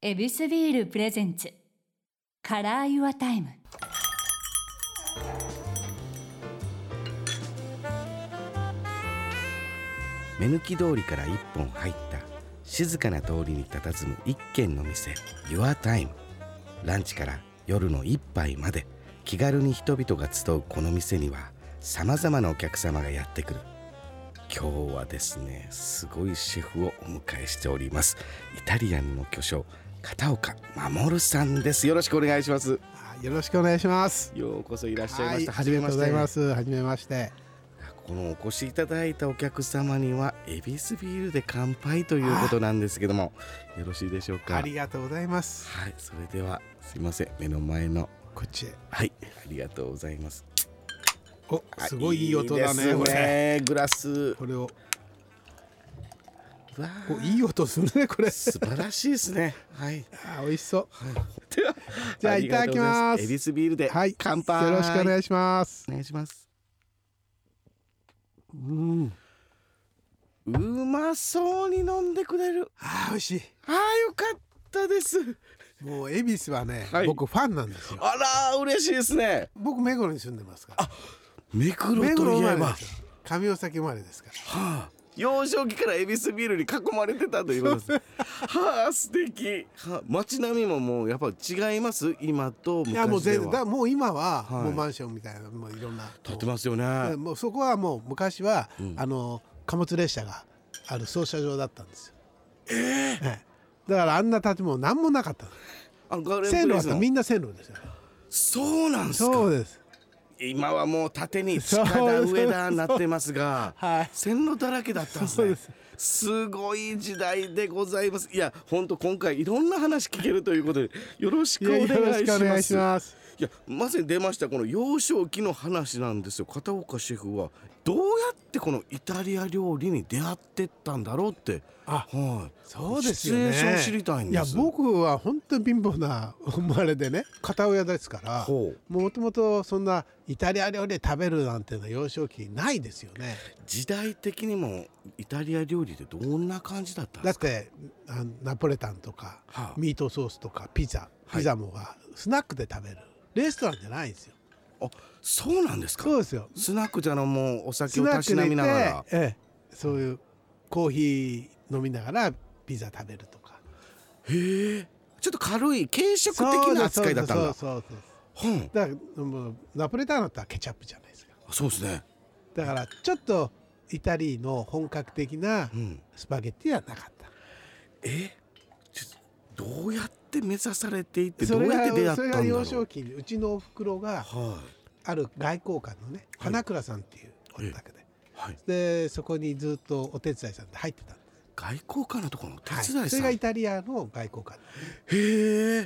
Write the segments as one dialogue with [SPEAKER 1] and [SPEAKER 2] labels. [SPEAKER 1] エビスビールプレゼンツカラーユアタイム
[SPEAKER 2] 目抜き通りから一本入った静かな通りに佇む一軒の店 YourTime ランチから夜の一杯まで気軽に人々が集うこの店にはさまざまなお客様がやってくる今日はですねすごいシェフをお迎えしておりますイタリアンの巨匠片岡守さんですよろしくお願いします
[SPEAKER 3] あよろしくお願いします。
[SPEAKER 2] ようこそいらっしゃいました
[SPEAKER 3] は
[SPEAKER 2] 初めまして
[SPEAKER 3] ありがとうございます。はじめまして。
[SPEAKER 2] このお越しいただいたお客様にはエビスビールで乾杯ということなんですけどもよろしいでしょうか
[SPEAKER 3] ありがとうございます。
[SPEAKER 2] はいそれではすいません目の前の
[SPEAKER 3] こっちへ。
[SPEAKER 2] はいありがとうございます
[SPEAKER 3] お、
[SPEAKER 2] あ
[SPEAKER 3] すごいいい音だ
[SPEAKER 2] いい
[SPEAKER 3] ね。
[SPEAKER 2] です
[SPEAKER 3] これ。
[SPEAKER 2] グラス
[SPEAKER 3] これを、
[SPEAKER 2] わ
[SPEAKER 3] お、いい音するね。これ
[SPEAKER 2] あ。素晴らしいですねはい
[SPEAKER 3] あ、美味しそう。
[SPEAKER 2] では
[SPEAKER 3] じゃあ
[SPEAKER 2] りがとうござ
[SPEAKER 3] いただきます
[SPEAKER 2] エビスビールで
[SPEAKER 3] はい。
[SPEAKER 2] 乾杯
[SPEAKER 3] よろしくお
[SPEAKER 2] い
[SPEAKER 3] 願いします。
[SPEAKER 2] お願いしますうんうまそうに飲んでくれる
[SPEAKER 3] あー、美味し
[SPEAKER 2] ああよかったです
[SPEAKER 3] い。もう恵比寿はね、
[SPEAKER 2] はい
[SPEAKER 3] 僕ファンなんですよ。
[SPEAKER 2] あら嬉しいですね
[SPEAKER 3] 僕目黒に住んでますから。
[SPEAKER 2] 目黒
[SPEAKER 3] 目黒
[SPEAKER 2] と
[SPEAKER 3] 生
[SPEAKER 2] いえ
[SPEAKER 3] まれ
[SPEAKER 2] ば
[SPEAKER 3] ですよ。上崎生まれですから。
[SPEAKER 2] 幼少期から恵比寿ビールに囲まれてたということですはあ素敵は街並みももうやっぱ違います今と昔
[SPEAKER 3] い
[SPEAKER 2] では
[SPEAKER 3] やもう全然だもう今は、
[SPEAKER 2] はい
[SPEAKER 3] もうマンションみたいなもういろんな
[SPEAKER 2] 建てますよね
[SPEAKER 3] もうそこはもう昔は、あの貨物列車がある操車場だったんですよ。ええだからあんな建物何もなかったの
[SPEAKER 2] あのガーデン
[SPEAKER 3] 線
[SPEAKER 2] プ
[SPEAKER 3] 路
[SPEAKER 2] レ
[SPEAKER 3] は
[SPEAKER 2] スの
[SPEAKER 3] みんな線路ですよね。
[SPEAKER 2] そうなんです
[SPEAKER 3] そ
[SPEAKER 2] か
[SPEAKER 3] うです。
[SPEAKER 2] 今はもう縦に
[SPEAKER 3] そ
[SPEAKER 2] 近
[SPEAKER 3] う
[SPEAKER 2] 田上田になってますが
[SPEAKER 3] はい
[SPEAKER 2] 線路だらけだったんです
[SPEAKER 3] そう
[SPEAKER 2] ね
[SPEAKER 3] です
[SPEAKER 2] すごい時代でございますいや本当今回いろんな話聞けるということでよろしく
[SPEAKER 3] い
[SPEAKER 2] お
[SPEAKER 3] や
[SPEAKER 2] 願い
[SPEAKER 3] よろし
[SPEAKER 2] し
[SPEAKER 3] くお願
[SPEAKER 2] ま
[SPEAKER 3] いし
[SPEAKER 2] す
[SPEAKER 3] ます。
[SPEAKER 2] いやまさに出ましたこの幼少期の話なんですよ片岡シェフはどうやってこのイタリア料理に出会ってったんだろうって
[SPEAKER 3] あ
[SPEAKER 2] はい
[SPEAKER 3] そうですよね。
[SPEAKER 2] シチュエーション知りたいんです
[SPEAKER 3] いや僕は本当に貧乏な生まれでね片親ですから。
[SPEAKER 2] ほう
[SPEAKER 3] もともとそんなイタリア料理食べるなんていうのは幼少期ないですよね。
[SPEAKER 2] 時代的にもイタリア料理ってどんな感じだったんで
[SPEAKER 3] だっ
[SPEAKER 2] すか
[SPEAKER 3] てあのナポレタンとか、
[SPEAKER 2] はあ
[SPEAKER 3] ミートソースとかピザ
[SPEAKER 2] はい
[SPEAKER 3] ピザもはスナックで食べるレストランじゃないんですよ
[SPEAKER 2] あそうなんですか
[SPEAKER 3] そうですよ
[SPEAKER 2] スナックじゃのもうお酒
[SPEAKER 3] ス
[SPEAKER 2] を
[SPEAKER 3] ナ
[SPEAKER 2] た
[SPEAKER 3] ッ
[SPEAKER 2] し
[SPEAKER 3] ク
[SPEAKER 2] なみ
[SPEAKER 3] で
[SPEAKER 2] なが
[SPEAKER 3] 行
[SPEAKER 2] ら
[SPEAKER 3] って、ええ、そういうコーヒー飲みながらピザ食べるとか
[SPEAKER 2] へえちょっと軽い軽食的な扱いだったんだ
[SPEAKER 3] そうそうそうそう
[SPEAKER 2] うん
[SPEAKER 3] だからもうナポレタンだったらケチャップじゃないですか
[SPEAKER 2] あそうですね
[SPEAKER 3] だからちょっとイタリーの本格的な
[SPEAKER 2] うん
[SPEAKER 3] スパゲッティはなかった、
[SPEAKER 2] えちょどうやって目指されていってど
[SPEAKER 3] それ
[SPEAKER 2] うや
[SPEAKER 3] が
[SPEAKER 2] って出会った
[SPEAKER 3] そ
[SPEAKER 2] ん
[SPEAKER 3] れ
[SPEAKER 2] だ
[SPEAKER 3] が
[SPEAKER 2] ろ
[SPEAKER 3] 幼
[SPEAKER 2] う
[SPEAKER 3] 少期にうちのおふくろが
[SPEAKER 2] は
[SPEAKER 3] ある外交官のね花倉さんっていうお宅で、
[SPEAKER 2] い、はい、
[SPEAKER 3] でそこにずっとお手伝いさんで入ってたんで
[SPEAKER 2] 外交官のところの手
[SPEAKER 3] す、
[SPEAKER 2] 伝いさ
[SPEAKER 3] そ
[SPEAKER 2] ん、
[SPEAKER 3] れがイタリアの外交官
[SPEAKER 2] へ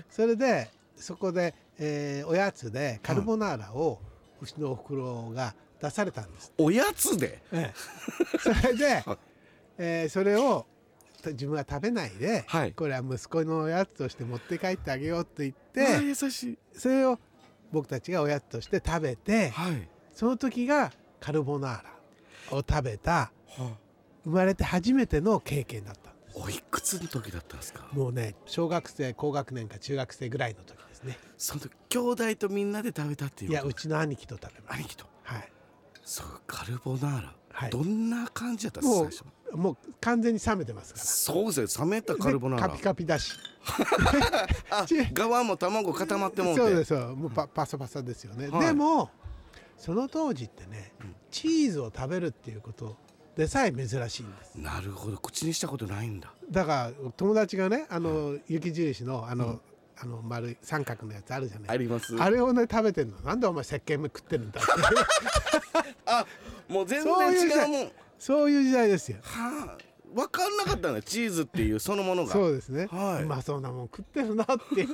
[SPEAKER 2] え
[SPEAKER 3] それでそこで、えーおやつでカルボナーラをうちのおふくろが出されたんです、
[SPEAKER 2] おやつで
[SPEAKER 3] ええそれで
[SPEAKER 2] はい、
[SPEAKER 3] えーそれを自分は食べないで、
[SPEAKER 2] はい
[SPEAKER 3] これは息子のおやつとして持って帰ってあげようと言っ
[SPEAKER 2] わあ
[SPEAKER 3] て
[SPEAKER 2] 優しい
[SPEAKER 3] それを僕たちがおやつとして食べて
[SPEAKER 2] はい、
[SPEAKER 3] その時がカルボナーラを食べた
[SPEAKER 2] は
[SPEAKER 3] 生まれて初めての経験だったんです
[SPEAKER 2] おいくつの時だったんですか
[SPEAKER 3] もうね小学生高学年か中学生ぐらいの時ですね
[SPEAKER 2] その時兄弟とみんなで食べたっていう
[SPEAKER 3] い
[SPEAKER 2] い
[SPEAKER 3] やうちの兄貴と食べまし
[SPEAKER 2] 兄貴と
[SPEAKER 3] たはい
[SPEAKER 2] そうカルボナーラ、
[SPEAKER 3] はい
[SPEAKER 2] どんな感じだったんです
[SPEAKER 3] も
[SPEAKER 2] か
[SPEAKER 3] う
[SPEAKER 2] 最初
[SPEAKER 3] もう完全に冷めてますか
[SPEAKER 2] そうですね冷めた
[SPEAKER 3] ら
[SPEAKER 2] カルボナーラ
[SPEAKER 3] でカピカピだし
[SPEAKER 2] あ側も卵固まってもんて
[SPEAKER 3] そうですそうもうパパサパサですよね、
[SPEAKER 2] はい
[SPEAKER 3] でもその当時ってねチーズを食べるっていうことでさえ珍しいんです
[SPEAKER 2] なるほど口にしたことないんだ
[SPEAKER 3] だから友達がねあの雪印のあの、あの丸い三角のやつあるじゃない
[SPEAKER 2] ります
[SPEAKER 3] あれをね食べてんのなんでお前石鹸も食ってるんだって
[SPEAKER 2] あもう 全
[SPEAKER 3] そうい
[SPEAKER 2] 然
[SPEAKER 3] う
[SPEAKER 2] 違
[SPEAKER 3] 時
[SPEAKER 2] う
[SPEAKER 3] 代
[SPEAKER 2] もん
[SPEAKER 3] そういう時代ですよ
[SPEAKER 2] はあ分かんなかったんだチーズっていうそのものが
[SPEAKER 3] そうですね、
[SPEAKER 2] はいう
[SPEAKER 3] まそうなもん食ってるなって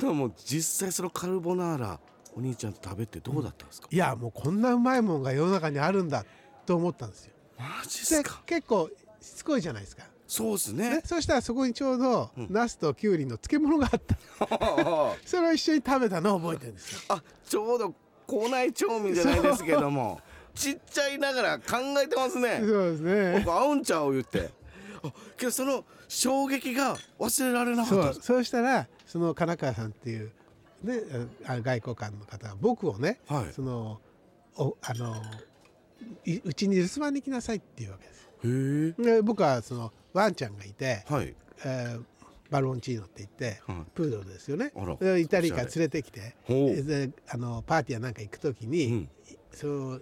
[SPEAKER 2] でも実際そのカルボナーラお兄ちゃんと食べてどうだったんですか、
[SPEAKER 3] いやもうこんなうまいもんが世の中にあるんだと思ったんですよ。
[SPEAKER 2] マジっす
[SPEAKER 3] で
[SPEAKER 2] か
[SPEAKER 3] 結構しつこいじゃないですか。
[SPEAKER 2] そうです
[SPEAKER 3] ね
[SPEAKER 2] ね、
[SPEAKER 3] そしたらそこにちょうどナスとキュウリの漬物があった、それを一緒に食べたのを覚えてる んですよ。
[SPEAKER 2] あちょうど口内調味じゃないですけど もちっちゃいながら考えてますね
[SPEAKER 3] そうですね。
[SPEAKER 2] 僕合うんちゃう言ってあけどその衝撃が忘れられなか
[SPEAKER 3] そ
[SPEAKER 2] った
[SPEAKER 3] うそうしたらその金川さんっていう、ね、あ外交官の方が僕をね、
[SPEAKER 2] はい
[SPEAKER 3] そのおあのいうちに留守番に来なさいっていうわけです。
[SPEAKER 2] へえ
[SPEAKER 3] で僕はそのワンちゃんがいて、
[SPEAKER 2] はい
[SPEAKER 3] えーバロンチーノって言って、
[SPEAKER 2] はい
[SPEAKER 3] プードルですよね
[SPEAKER 2] あら
[SPEAKER 3] でイタリアから連れてきて
[SPEAKER 2] ほう
[SPEAKER 3] であのパーティーやなんか行く時に、
[SPEAKER 2] うん
[SPEAKER 3] その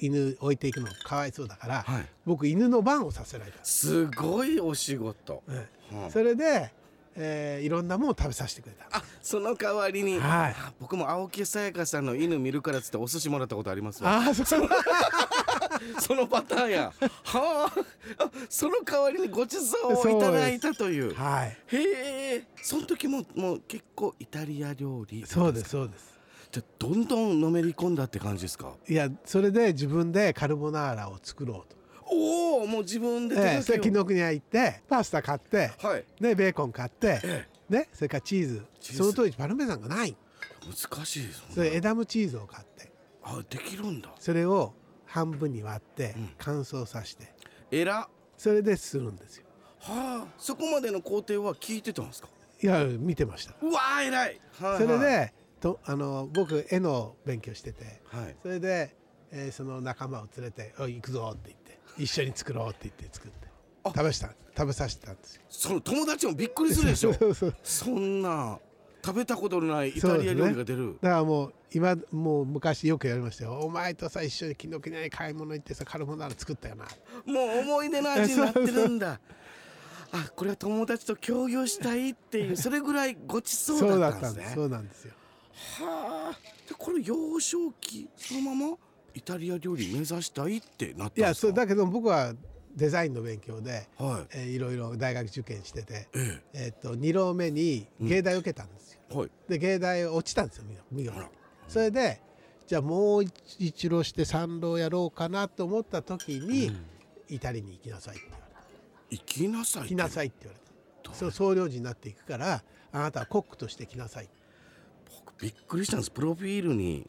[SPEAKER 3] 犬置いていくのかわいそうだから、
[SPEAKER 2] はい
[SPEAKER 3] 僕犬の番をさせられたんです
[SPEAKER 2] ごいお仕事、
[SPEAKER 3] す、
[SPEAKER 2] はあ
[SPEAKER 3] それで、えーいろんなものを食べさせてくれた
[SPEAKER 2] あその代わりに、
[SPEAKER 3] はい
[SPEAKER 2] あ僕も青木さやかさんの犬見るからっつってお寿司もらったことありますわ
[SPEAKER 3] ああそう
[SPEAKER 2] そのパターンやはああその代わりにごちそうをいただいたという
[SPEAKER 3] はい
[SPEAKER 2] へえその時ももう結構イタリア料理
[SPEAKER 3] そうですそうです
[SPEAKER 2] じゃあどんどんのめり込んだって感じですか
[SPEAKER 3] いやそれで自分でカルボナーラを作ろうと、
[SPEAKER 2] おおもう自分で手
[SPEAKER 3] ええそれ
[SPEAKER 2] 作
[SPEAKER 3] 紀
[SPEAKER 2] りを
[SPEAKER 3] ノ国屋行ってパスタ買って、
[SPEAKER 2] はい
[SPEAKER 3] ね、ベーコン買って、ね、それからチーズ
[SPEAKER 2] チーズ
[SPEAKER 3] その当時パルメザンがない
[SPEAKER 2] 難しいです
[SPEAKER 3] それエダムチーズを買って
[SPEAKER 2] あできるんだ
[SPEAKER 3] それを半分に割って
[SPEAKER 2] うん
[SPEAKER 3] 乾燥させて、
[SPEAKER 2] えら
[SPEAKER 3] それでするんですよ
[SPEAKER 2] はあそこまでの工程は聞いてたんですか
[SPEAKER 3] いや見てました
[SPEAKER 2] うわー偉い、はいはい、
[SPEAKER 3] それでとあの僕絵の勉強してて
[SPEAKER 2] はい
[SPEAKER 3] それで、えーその仲間を連れて「おい行くぞ」って言って一緒に作ろうって言って作って
[SPEAKER 2] あ
[SPEAKER 3] 食べした食べさせてたんですよ
[SPEAKER 2] その友達もびっくりするでしょ
[SPEAKER 3] そうそう
[SPEAKER 2] そんな食べたことのないイタリア料理が出る、
[SPEAKER 3] だからもう今もう昔よくやりましたよ「お前とさ一緒に紀ノ国屋に買い物行ってさカルボナーラ作ったよな」
[SPEAKER 2] もう思い出の味になってる んだあこれは友達と協業したいって いうそれぐらいごちそうだったんです
[SPEAKER 3] そ
[SPEAKER 2] ね
[SPEAKER 3] うなんですよ
[SPEAKER 2] はあでこの幼少期そのままイタリア料理目指したいってなったんですか
[SPEAKER 3] いやそうだけど僕はデザインの勉強で、
[SPEAKER 2] はい
[SPEAKER 3] えーいろいろ大学受験してて、
[SPEAKER 2] え
[SPEAKER 3] えっと2浪目に芸大受けたんですよ、
[SPEAKER 2] はい
[SPEAKER 3] で芸大落ちたんですよ見事見事
[SPEAKER 2] あら
[SPEAKER 3] それでじゃあもう一浪して三浪やろうかなと思った時に、イタリアに行きなさいって言われた
[SPEAKER 2] 行きなさい
[SPEAKER 3] 行きなさいって言われたそう総領事になっていくからあなたはコックとして来なさい
[SPEAKER 2] 僕びっくりしたんですプロフィールに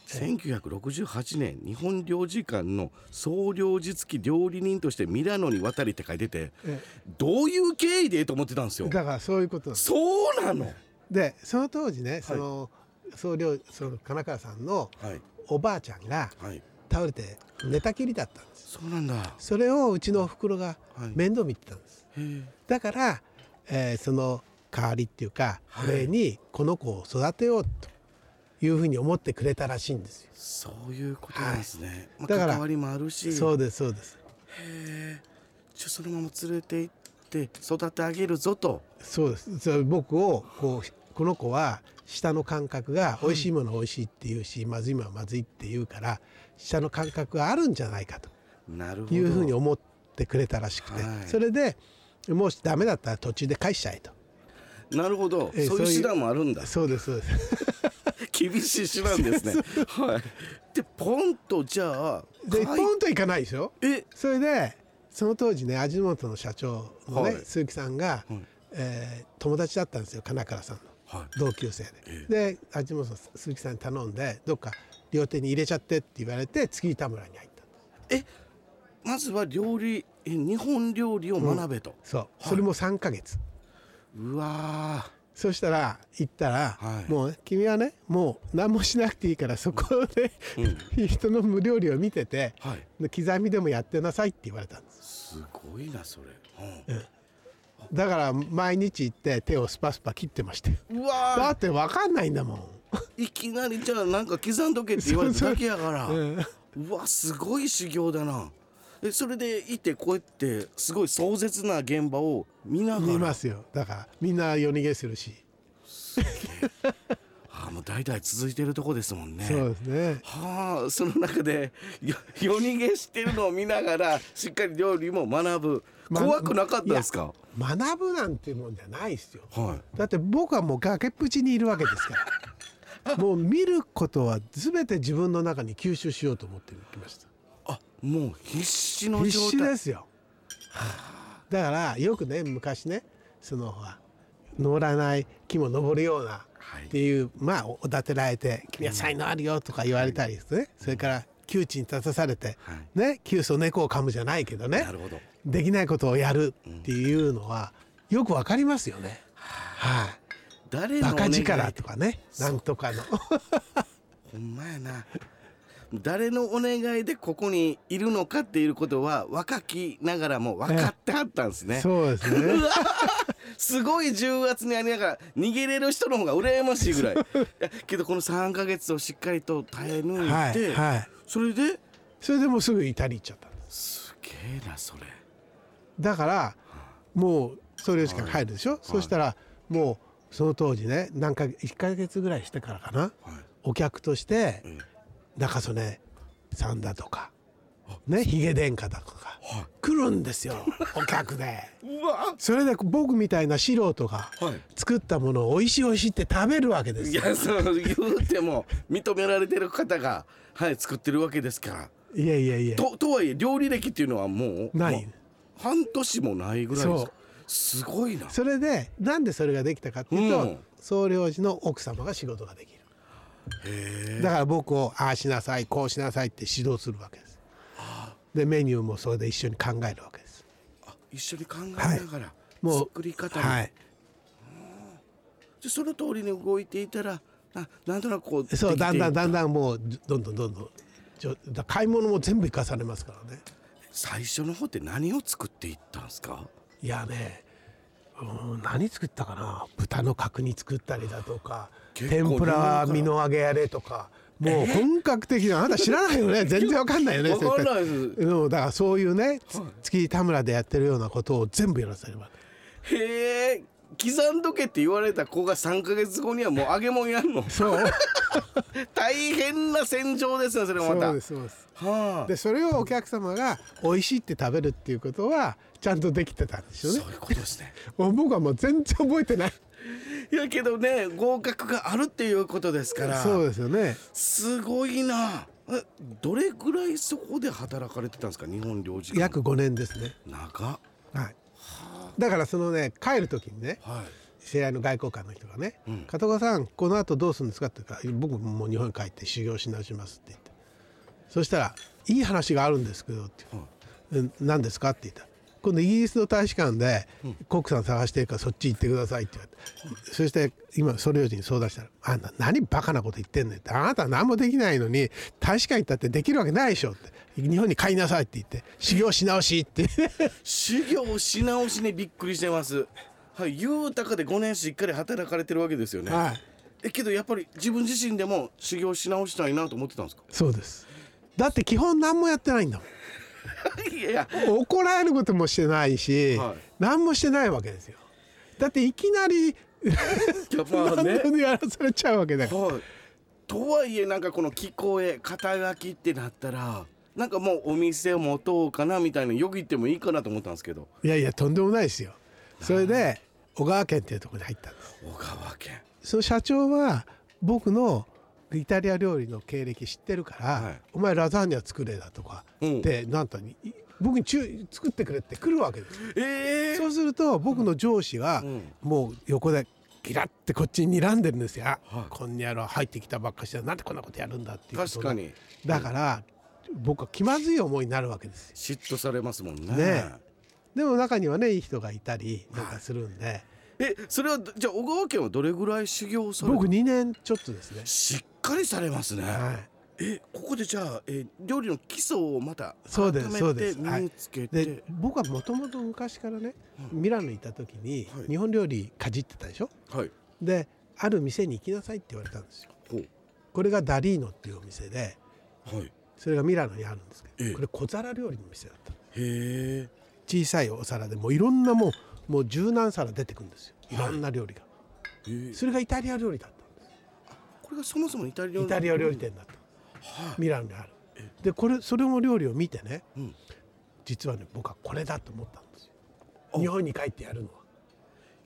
[SPEAKER 2] 1968年日本領事館の総領事付き料理人としてミラノに渡りって書いてて
[SPEAKER 3] え
[SPEAKER 2] どういう経緯でと思ってたんですよ
[SPEAKER 3] だからそういうことなんです
[SPEAKER 2] そうなの
[SPEAKER 3] でその当時ねその、総領その金川さんの
[SPEAKER 2] はい
[SPEAKER 3] おばあちゃんが
[SPEAKER 2] はい
[SPEAKER 3] 倒れて寝たきりだったんです
[SPEAKER 2] そうなんだ
[SPEAKER 3] それをうちのおふくろが面倒見てたんです、
[SPEAKER 2] へえ
[SPEAKER 3] だから、えーその代わりっていうか、俺にこの子を育てようというふうに思ってくれたらしいんですよ。
[SPEAKER 2] そういうことなんですね、まあ、
[SPEAKER 3] だから
[SPEAKER 2] 関わりもあるし
[SPEAKER 3] そうですそうです
[SPEAKER 2] じゃあそのまま連れて行って育て上げるぞと
[SPEAKER 3] そうです。それ僕をこうこの子は舌の感覚が美味しいものは美味しいっていうし、まずいものはまずいっていうから舌の感覚があるんじゃないかと
[SPEAKER 2] なるほど
[SPEAKER 3] いうふうに思ってくれたらしくて、
[SPEAKER 2] はい
[SPEAKER 3] それでもしダメだったら途中で返しちゃえと。
[SPEAKER 2] なるほど、
[SPEAKER 3] ええ
[SPEAKER 2] そういう
[SPEAKER 3] そういう
[SPEAKER 2] 手段もあるんだ
[SPEAKER 3] そうですそう です。
[SPEAKER 2] 厳しい手段です ねはいでポンとじゃあ
[SPEAKER 3] で
[SPEAKER 2] かい
[SPEAKER 3] ポンといかないでしょ。
[SPEAKER 2] え
[SPEAKER 3] それでその当時ね味の素の社長のね、
[SPEAKER 2] はい
[SPEAKER 3] 鈴木さんが、
[SPEAKER 2] はい
[SPEAKER 3] えー友達だったんですよ金倉さんの
[SPEAKER 2] はい
[SPEAKER 3] 同級生で。で味の素の鈴木さんに頼んでどっか両手に入れちゃってって言われて月板村に入った
[SPEAKER 2] えまずは料理え日本料理を学べと、
[SPEAKER 3] そう、それも3ヶ月
[SPEAKER 2] うわ
[SPEAKER 3] そしたら行ったら、
[SPEAKER 2] はい
[SPEAKER 3] もうね君はねもう何もしなくていいからそこで、 人の無料理を見てて、
[SPEAKER 2] ーはい
[SPEAKER 3] で刻みでもやってなさいって言われたんです
[SPEAKER 2] すごいなそれ、
[SPEAKER 3] だから毎日行って手をスパスパ切ってましたよ
[SPEAKER 2] うんうわー
[SPEAKER 3] だって分かんないんだもん
[SPEAKER 2] いきなりじゃあなんか刻んどけって言われただけやから
[SPEAKER 3] そうそう
[SPEAKER 2] うわすごい修行だなえそれでいてこうやってすごい壮絶な現場を見な
[SPEAKER 3] 見
[SPEAKER 2] が
[SPEAKER 3] ま
[SPEAKER 2] ら
[SPEAKER 3] すよだからみんな夜逃げするし、
[SPEAKER 2] あもう代々続いてるとこですもんね
[SPEAKER 3] そうですね
[SPEAKER 2] はあその中でよ夜逃げしてるのを見ながらしっかり料理も学ぶ
[SPEAKER 3] ま
[SPEAKER 2] 怖くなかったですか
[SPEAKER 3] 学ぶなんてもんじゃないですよ
[SPEAKER 2] はい
[SPEAKER 3] だって僕はもう崖っぷちにいるわけですから もう見ることは全て自分の中に吸収しようと思ってきました
[SPEAKER 2] あもう必死の
[SPEAKER 3] 必
[SPEAKER 2] 状
[SPEAKER 3] 死
[SPEAKER 2] 態
[SPEAKER 3] ですよだからよくね昔ねそのほら乗らない木も登るような
[SPEAKER 2] はい
[SPEAKER 3] っていう、まあおおだてられて「君は才能あるよ」とか言われたりですね、それから窮地に立たされて、
[SPEAKER 2] はい
[SPEAKER 3] ね窮鼠猫を噛むじゃないけどね
[SPEAKER 2] なるほど
[SPEAKER 3] できないことをやるっていうのは、よくわかりますよね。はい、
[SPEAKER 2] 誰のお
[SPEAKER 3] バカ
[SPEAKER 2] 願い
[SPEAKER 3] 力とかねなんとかの
[SPEAKER 2] ほんまやな誰のお願いでここにいるのかっていうことは若きながらも分かってはったん ですね、
[SPEAKER 3] そうですね
[SPEAKER 2] すごい重圧にありながら逃げれる人の方が羨ましいぐ らいいやけどこの3ヶ月をしっかりと耐え抜
[SPEAKER 3] はい
[SPEAKER 2] て、
[SPEAKER 3] いはい
[SPEAKER 2] それで
[SPEAKER 3] それでもうすぐイタリー行っちゃったんです
[SPEAKER 2] すげえなそれ
[SPEAKER 3] だからもうそれしか入るでしょ、そしたらもうその当時ね何か1か月ぐらいしてからかな、お客として
[SPEAKER 2] ん
[SPEAKER 3] 中曽根さんだとか、ねヒゲ殿下だとか、来るんですよお客で。
[SPEAKER 2] うわ
[SPEAKER 3] それで僕みたいな素人が
[SPEAKER 2] はい
[SPEAKER 3] 作ったものを美味しい美味しいって食べるわけです
[SPEAKER 2] い
[SPEAKER 3] よ。
[SPEAKER 2] やそう言うても認められてる方がはい作ってるわけですから
[SPEAKER 3] いやいやいや。
[SPEAKER 2] ととはいえ料理歴っていうのはもう
[SPEAKER 3] ない
[SPEAKER 2] ま半年もないぐらいですかすごいな
[SPEAKER 3] それでなんでそれができたかっていうと、
[SPEAKER 2] うん
[SPEAKER 3] 総領事の奥様が仕事ができるだから僕をああしなさいこうしなさいって指導するわけですでメニューもそれで一緒に考えるわけです
[SPEAKER 2] あ一緒に考えながら、
[SPEAKER 3] もう
[SPEAKER 2] 作り方も、
[SPEAKER 3] はい
[SPEAKER 2] でその通りに動いていたらななんとなくこう
[SPEAKER 3] そうだんだんだん
[SPEAKER 2] ん
[SPEAKER 3] だんもうどんどんどんどんちょだ買い物も全部生かされますからね
[SPEAKER 2] 最初の方って何を作っていったんですか
[SPEAKER 3] いやねうん何作ったかな豚の角煮作ったりだとか
[SPEAKER 2] 結構
[SPEAKER 3] 天ぷらは
[SPEAKER 2] 量が
[SPEAKER 3] 身の揚げやれとかもう本格的なあなた知らない よね全然わかんないよね
[SPEAKER 2] わかんないです
[SPEAKER 3] 絶対うんだからそういうね、つ月田村でやってるようなことを全部やらせれば
[SPEAKER 2] へえ刻んどけって言われた子が3か月後にはもう揚げ物やんの
[SPEAKER 3] そう
[SPEAKER 2] 大変な戦場ですよそれもまた
[SPEAKER 3] そうですそうです
[SPEAKER 2] はあ
[SPEAKER 3] でそれをお客様が美味しいって食べるっていうことはちゃんとできてたんですよね
[SPEAKER 2] そういうことですね
[SPEAKER 3] もう僕はもう全然覚えてない
[SPEAKER 2] いやけどね合格があるっていうことですから
[SPEAKER 3] そうですよね
[SPEAKER 2] すごいなえどれぐらいそこで働かれてたんですか日本領事館
[SPEAKER 3] 約5年ですね
[SPEAKER 2] 長っ
[SPEAKER 3] はいだからそのね帰る時にね、
[SPEAKER 2] はい
[SPEAKER 3] 知り合いの外交官の人がね「片岡さんこの後どうするんですか?」って言うから「僕もう日本に帰って修行し直します」って言ってそしたら「いい話があるんですけど」って言ううん「何ですか?」って言ったら「今度イギリスの大使館でコックさん探してるからそっち行ってください」って言われてそして今総領事に相談したら「あんた何バカなこと言ってんねん」って「あなた何もできないのに大使館行ったってできるわけないでしょ」って「日本に帰りなさい」って言って「修行し直し」 って
[SPEAKER 2] 修行し直しにびっくりしてますはい豊かで5年しっかり働かれてるわけですよね、
[SPEAKER 3] はい
[SPEAKER 2] えけどやっぱり自分自身でも修行し直したいなと思ってたんです か
[SPEAKER 3] そうですだって基本何もやってないんだもん
[SPEAKER 2] いやいや
[SPEAKER 3] 怒られることもしてないし、
[SPEAKER 2] はい
[SPEAKER 3] 何もしてないわけですよだっていきなり
[SPEAKER 2] やっぱ
[SPEAKER 3] 何
[SPEAKER 2] ね
[SPEAKER 3] でもやらされちゃうわけだから、
[SPEAKER 2] はいとはいえなんかこの聞こえ肩書きってなったらなんかもうお店を持とうかなみたいなよぎってもいいかなと思ったんですけど
[SPEAKER 3] い、やいやとんでもないですよそれで小川県っていうところに入ったんです
[SPEAKER 2] 小川県
[SPEAKER 3] その社長は僕のイタリア料理の経歴知ってるから「
[SPEAKER 2] はい
[SPEAKER 3] お前ラザーニャ作れ」だとか
[SPEAKER 2] うん
[SPEAKER 3] って、なんとにい僕に注作ってくれって来るわけですよ
[SPEAKER 2] ええ
[SPEAKER 3] そうすると僕の上司は
[SPEAKER 2] ん
[SPEAKER 3] もう横でギラってこっちに睨んでるんですよ。あ
[SPEAKER 2] はい
[SPEAKER 3] こんにゃろ入ってきたばっかしだなんでこんなことやるんだっていうこと
[SPEAKER 2] 確かに
[SPEAKER 3] だから僕は気まずい思いになるわけですよ。
[SPEAKER 2] 嫉妬されますもんね
[SPEAKER 3] ねでも中にはねいい人がいたりなんかするんで
[SPEAKER 2] えそれはじゃあ小川県はどれぐらい修行された
[SPEAKER 3] 僕2年ちょっとですね。
[SPEAKER 2] しっかりされますね、
[SPEAKER 3] はい
[SPEAKER 2] えここでじゃあ、えー料理の基礎をまた
[SPEAKER 3] そう
[SPEAKER 2] 改
[SPEAKER 3] ですそう
[SPEAKER 2] め
[SPEAKER 3] で
[SPEAKER 2] て
[SPEAKER 3] す
[SPEAKER 2] 身につけて、
[SPEAKER 3] で僕はもともと昔からねミラノにいた時に
[SPEAKER 2] はい
[SPEAKER 3] 日本料理かじってたでしょ
[SPEAKER 2] はい
[SPEAKER 3] である店に行きなさいって言われたんですよ。
[SPEAKER 2] ほう
[SPEAKER 3] これがダリーノっていうお店で
[SPEAKER 2] はいへ
[SPEAKER 3] それがミラノにあるんですけ
[SPEAKER 2] ええ
[SPEAKER 3] どこれ小皿料理の店だったの
[SPEAKER 2] え
[SPEAKER 3] 小さいお皿でもういろんなもうもう十何皿出てくるんですよいろんな料理が、
[SPEAKER 2] へえ
[SPEAKER 3] それがイタリア料理だったんで
[SPEAKER 2] これがそもそもイタリア
[SPEAKER 3] すイタリア料理店だった、ミラノにあるでこれそれも料理を見てね、
[SPEAKER 2] ん
[SPEAKER 3] 実はね僕はこれだと思ったんですよ日本に帰ってやるのは、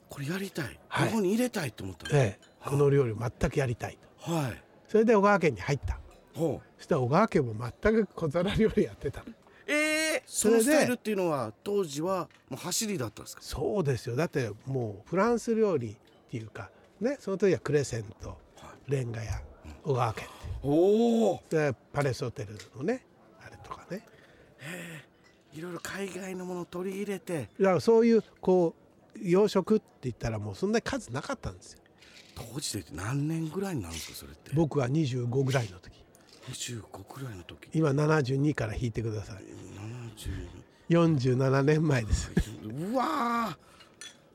[SPEAKER 2] これやりたい、
[SPEAKER 3] はい
[SPEAKER 2] 日本に入れたいと思ったの
[SPEAKER 3] ええこの料理を全くやりたいと
[SPEAKER 2] はい
[SPEAKER 3] それで小川県に入った
[SPEAKER 2] ほう
[SPEAKER 3] そしたら小川県も全く小皿料理やってたの
[SPEAKER 2] えー、そ
[SPEAKER 3] れ
[SPEAKER 2] の
[SPEAKER 3] で
[SPEAKER 2] スタイルっていうのは当時はもう走りだったんですか
[SPEAKER 3] そうですよだってもうフランス料理っていうかねその時はクレセントレンガ屋小川県っていう
[SPEAKER 2] おお
[SPEAKER 3] でパレスホテルのねあれとかね
[SPEAKER 2] いろいろ海外のものを取り入れて
[SPEAKER 3] だからそういうこう洋食って言ったらもうそんなに数なかったんですよ
[SPEAKER 2] 当時で言うと何年ぐらいになるんですかそれって
[SPEAKER 3] 僕は25ぐらいの時
[SPEAKER 2] 25くらいの時
[SPEAKER 3] 今72から引いてください
[SPEAKER 2] 70
[SPEAKER 3] 47年前です
[SPEAKER 2] うわー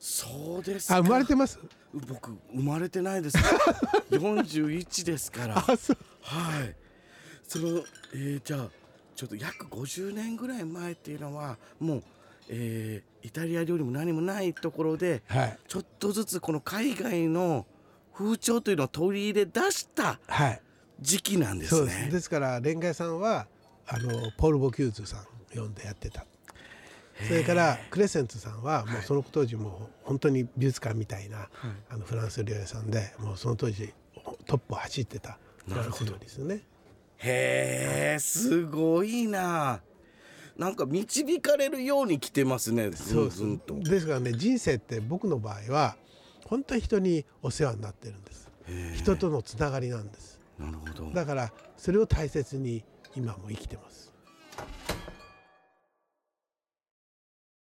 [SPEAKER 2] そうですか
[SPEAKER 3] あ生まれてます
[SPEAKER 2] 僕生まれてないです 41ですから
[SPEAKER 3] あそう
[SPEAKER 2] はいその、えーじゃあちょっと約50年ぐらい前っていうのはもう、えーイタリア料理も何もないところで
[SPEAKER 3] はい
[SPEAKER 2] ちょっとずつこの海外の風潮というのを取り入れ出した
[SPEAKER 3] はい
[SPEAKER 2] 時期なんですね
[SPEAKER 3] そうですですからレンガ屋さんはあのポール・ボキューズさん呼んでやってたそれからクレセンツさんはもうその当時もう本当に美術館みたいな、あのフランス料理屋さんでもうその当時トップを走ってたフランス料理ですよね。
[SPEAKER 2] へえすごいななんか導かれるように来てますね
[SPEAKER 3] そう
[SPEAKER 2] ずんずんと
[SPEAKER 3] ですからね人生って僕の場合は本当に人にお世話になってるんです
[SPEAKER 2] へ
[SPEAKER 3] 人とのつながりなんです
[SPEAKER 2] なるほど
[SPEAKER 3] だからそれを大切に今も生きてます